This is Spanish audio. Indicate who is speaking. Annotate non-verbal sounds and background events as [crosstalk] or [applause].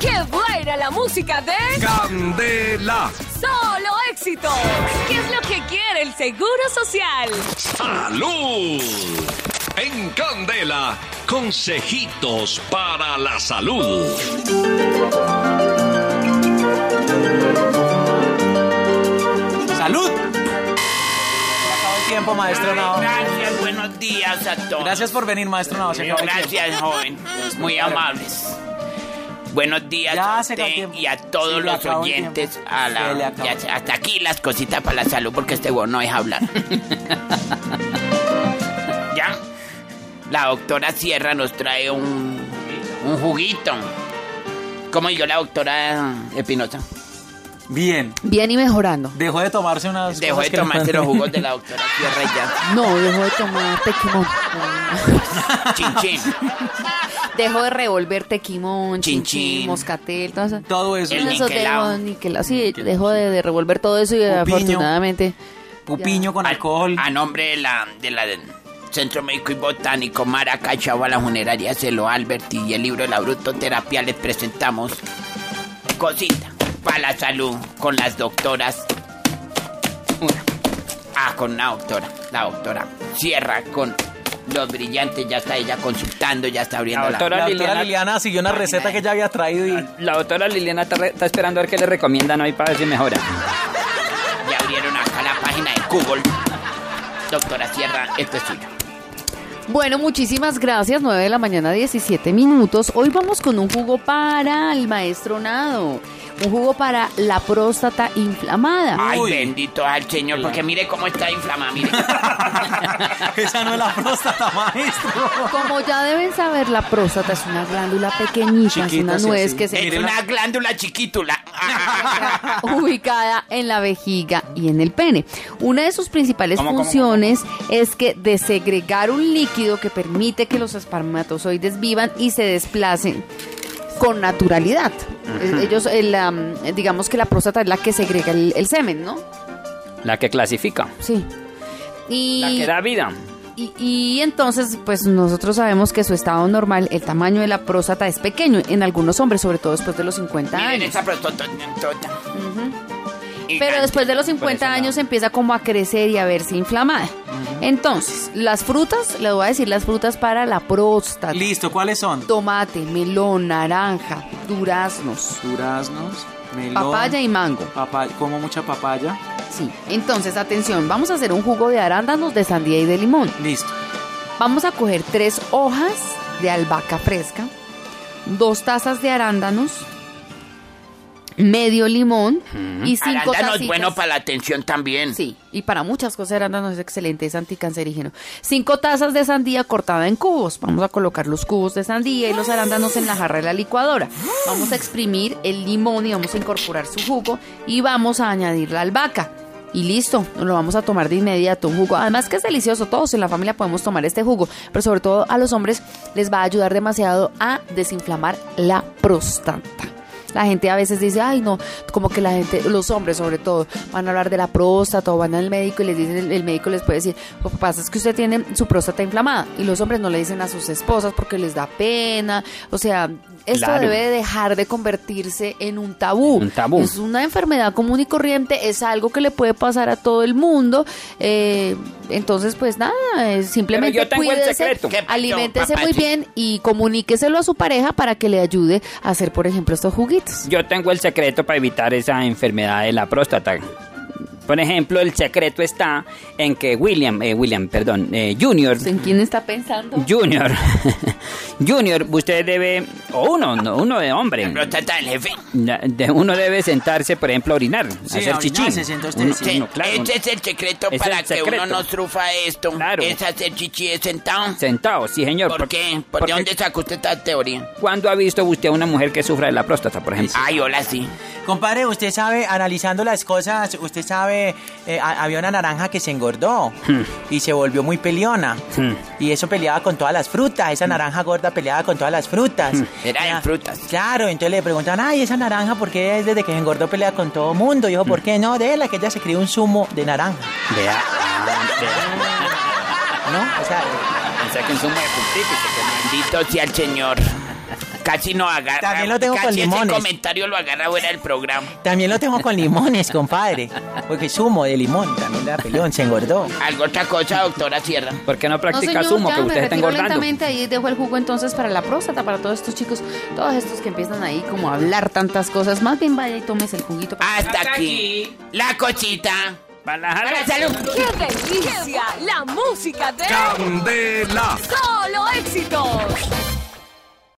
Speaker 1: ¡Qué buena la música de
Speaker 2: Candela.
Speaker 1: Solo Éxito! ¿Qué es lo que quiere el Seguro Social?
Speaker 2: Salud. En Candela, consejitos para la salud.
Speaker 3: ¡Salud! Se acabó el tiempo, maestro Nao.
Speaker 4: Gracias, buenos días a todos.
Speaker 3: Gracias por venir, maestro Nao. Se acabó el tiempo.
Speaker 4: Gracias, joven. Muy amables. Buenos días
Speaker 3: Ya
Speaker 4: a
Speaker 3: se acabó el
Speaker 4: usted
Speaker 3: tiempo.
Speaker 4: y a todos
Speaker 3: Se le
Speaker 4: los
Speaker 3: acabó el
Speaker 4: oyentes.
Speaker 3: tiempo.
Speaker 4: A
Speaker 3: Se le
Speaker 4: la,
Speaker 3: acabó.
Speaker 4: ya- hasta aquí las cositas para la salud, porque este huevón no deja hablar. [laughs] ya. La doctora Sierra nos trae un, un juguito. ¿Cómo yo, la doctora Espinosa?
Speaker 3: Bien.
Speaker 5: Bien y mejorando.
Speaker 3: Dejó de tomarse unas
Speaker 4: Dejó
Speaker 3: cosas
Speaker 4: de
Speaker 3: que no
Speaker 4: tomarse los
Speaker 3: pueden-
Speaker 4: jugos de la doctora Sierra y ya.
Speaker 5: No, dejo de tomar
Speaker 1: [laughs]
Speaker 5: tequimón.
Speaker 4: Chin, chin.
Speaker 5: Dejo de revolver tequimón,
Speaker 4: Chin,
Speaker 5: chinchín,
Speaker 4: chin.
Speaker 5: moscatel, todo eso.
Speaker 3: [laughs] Todo eso.
Speaker 4: El
Speaker 5: eso
Speaker 4: niquelao.
Speaker 5: dejo, niquelao. Sí, dejo de, de revolver todo eso y
Speaker 3: Pupiño.
Speaker 5: afortunadamente.
Speaker 3: Pupiño con alcohol.
Speaker 4: A nombre de la, de la del Centro Médico y Botánico Maracachao a la funeraria Celo Albert y el libro La Brutoterapia les presentamos Cosita para la salud con las doctoras. Una. Ah, con la doctora, la doctora. Cierra con los brillantes, ya está ella consultando, ya está abriendo
Speaker 6: La
Speaker 4: la...
Speaker 6: doctora
Speaker 3: La doctora
Speaker 6: Liliana-
Speaker 3: Liliana siguió una receta que ya había traído
Speaker 4: [laughs]
Speaker 3: y
Speaker 6: La doctora Liliana está, re- está esperando a ver qué le recomiendan hoy para ver si mejora.
Speaker 4: Ya abrieron acá la página de Google. Doctora Sierra, esto es suyo.
Speaker 5: Bueno, muchísimas gracias. 9 de la mañana, 17 minutos. Hoy vamos con un jugo para el maestro Nado. Un jugo para la próstata inflamada.
Speaker 6: Ah.
Speaker 4: Ay,
Speaker 3: Uy.
Speaker 4: bendito al Señor, porque mire cómo está inflamada,
Speaker 3: [laughs]
Speaker 4: mire.
Speaker 3: esa no es la próstata, maestro.
Speaker 5: Como ya deben saber, la próstata es una glándula pequeñita, es
Speaker 3: Chiquita,
Speaker 5: una
Speaker 3: sí,
Speaker 5: nuez
Speaker 3: sí.
Speaker 5: que se
Speaker 4: Es
Speaker 3: Mire
Speaker 4: una glándula chiquítula.
Speaker 5: [laughs] ubicada en la vejiga y en el pene. Una de sus principales
Speaker 6: ¿Cómo, cómo,
Speaker 5: funciones es que de segregar un líquido que permite que los espermatozoides vivan y se desplacen con naturalidad. Ellos, eh, la, mm, digamos que la próstata es la que segrega el, el semen, ¿no?
Speaker 6: La que clasifica.
Speaker 5: Sí. Y,
Speaker 6: La que da vida.
Speaker 5: y, y entonces, pues nosotros sabemos que su estado normal, el tamaño de la próstata es pequeño en algunos hombres, sobre todo después de los 50
Speaker 4: Miren
Speaker 5: años.
Speaker 4: esa prototonta.
Speaker 5: Pero después de los 50
Speaker 6: nada.
Speaker 5: años empieza como a crecer y a verse inflamada. Entonces, las frutas, le voy a decir las frutas para la próstata.
Speaker 3: Listo, ¿cuáles son?
Speaker 5: Tomate, melón, naranja, duraznos,
Speaker 3: Duraznos, melón.
Speaker 5: papaya y mango.
Speaker 3: papaya. Como mucha papaya.
Speaker 5: Sí. Entonces, atención, vamos a hacer un jugo de arándanos, de sandía y de limón.
Speaker 3: Listo.
Speaker 5: Vamos a coger tres hojas de albahaca fresca, dos tazas de arándanos, medio limón y
Speaker 4: Arándano
Speaker 5: cinco
Speaker 4: es
Speaker 5: tacitas.
Speaker 4: bueno para la atención también.
Speaker 5: Sí, y para muchas cosas arándano es excelente, es anticancerígeno. Cinco tazas de sandía cortada en cubos. Vamos a colocar los cubos de sandía y los arándanos en la jarra de la licuadora. Vamos a exprimir el limón y vamos a incorporar su jugo y vamos a añadir la albahaca. Y listo, nos lo vamos a tomar de inmediato un jugo. Además que es delicioso, todos en la familia podemos tomar este jugo, pero sobre todo a los hombres les va a ayudar demasiado a desinflamar la próstata. La gente a veces dice, ay no, como que la gente, los hombres sobre todo, van a hablar de la próstata o van al médico y les dicen, el, el médico les puede decir, lo que pasa es que usted tiene su próstata inflamada y los hombres no le dicen a sus esposas porque les da pena, o sea, esto
Speaker 6: Claro.
Speaker 5: debe dejar de convertirse en un tabú.
Speaker 6: Un tabú.
Speaker 5: Es una enfermedad común y corriente, es algo que le puede pasar a todo el mundo, eh, entonces pues nada, eh, simplemente
Speaker 6: Pero yo tengo el
Speaker 5: cuídese,
Speaker 6: secreto.
Speaker 4: ¿Qué pasó,
Speaker 5: aliméntese muy
Speaker 4: papachi?
Speaker 5: bien y comuníqueselo a su pareja para que le ayude a hacer, por ejemplo, estos juguitos.
Speaker 6: Yo tengo el secreto para evitar esa enfermedad de la próstata. Por ejemplo, el secreto está en que William, eh, William, perdón, eh, Junior,
Speaker 5: ¿En quién está pensando?
Speaker 6: Junior, [laughs] Junior, usted debe, o uno, no, uno de hombre,
Speaker 4: Próstata del jefe.
Speaker 6: Ya, de- uno debe sentarse, por ejemplo, a orinar,
Speaker 3: Sí,
Speaker 6: hacer
Speaker 3: a
Speaker 6: chichín.
Speaker 3: orinarse, siento
Speaker 6: Uno-
Speaker 3: usted.
Speaker 4: Sí,
Speaker 6: uno, claro,
Speaker 4: este
Speaker 6: uno-
Speaker 4: es el secreto
Speaker 6: Es
Speaker 4: para
Speaker 6: el
Speaker 4: que
Speaker 6: secreto.
Speaker 4: uno no trufa esto.
Speaker 6: Claro.
Speaker 4: Es hacer chichi de sentado.
Speaker 6: sentado, sí, señor.
Speaker 4: ¿Por,
Speaker 6: porque-
Speaker 4: qué? ¿Por
Speaker 6: porque
Speaker 4: de dónde sacó usted esta teoría?
Speaker 6: ¿Cuándo ha visto usted a una mujer que sufra de la próstata, por ejemplo?
Speaker 4: Ay, hola, sí.
Speaker 3: Compadre, usted sabe, analizando las cosas, usted sabe, eh, ha- había una naranja que se engordó y se volvió muy peleona.
Speaker 6: Hmm.
Speaker 3: Y eso peleaba con todas las frutas, esa naranja gorda peleaba con todas las frutas.
Speaker 6: Hmm.
Speaker 4: Era de frutas.
Speaker 3: Claro, entonces le preguntan, ay, esa naranja, ¿por qué desde que se engordó pelea con todo mundo? Y dijo, ¿por qué no? De la que ella se crió un zumo de naranja,
Speaker 6: Hmm. Vea, ah, vea.
Speaker 3: ¿no? O sea,
Speaker 6: Pensé que en sumo de pontífice, que no-
Speaker 4: Bendito sea el Señor. Casi no agarra.
Speaker 3: También lo tengo
Speaker 4: casi
Speaker 3: con
Speaker 4: Ese
Speaker 3: limones.
Speaker 4: comentario lo agarra fuera del programa.
Speaker 3: También lo tengo con limones, compadre. Porque sumo de limón, también da pelón, se engordó.
Speaker 4: ¿Algo otra cosa, doctora Sierra?
Speaker 6: ¿Por qué no practica
Speaker 5: no, señor,
Speaker 6: sumo
Speaker 5: ya
Speaker 6: que
Speaker 5: me
Speaker 6: usted está
Speaker 5: retiro
Speaker 6: engordando?
Speaker 5: lentamente ahí dejo el jugo entonces para la próstata, para todos estos chicos, todos estos que empiezan ahí como a hablar tantas cosas. Más bien vaya y tomes el juguito.
Speaker 4: Hasta,
Speaker 6: Hasta
Speaker 4: aquí.
Speaker 6: aquí.
Speaker 4: La cosita.
Speaker 6: Para la
Speaker 4: Para la
Speaker 6: jala-
Speaker 4: salud.
Speaker 1: ¡Qué delicia! La música de
Speaker 2: Candela.
Speaker 1: solo éxitos.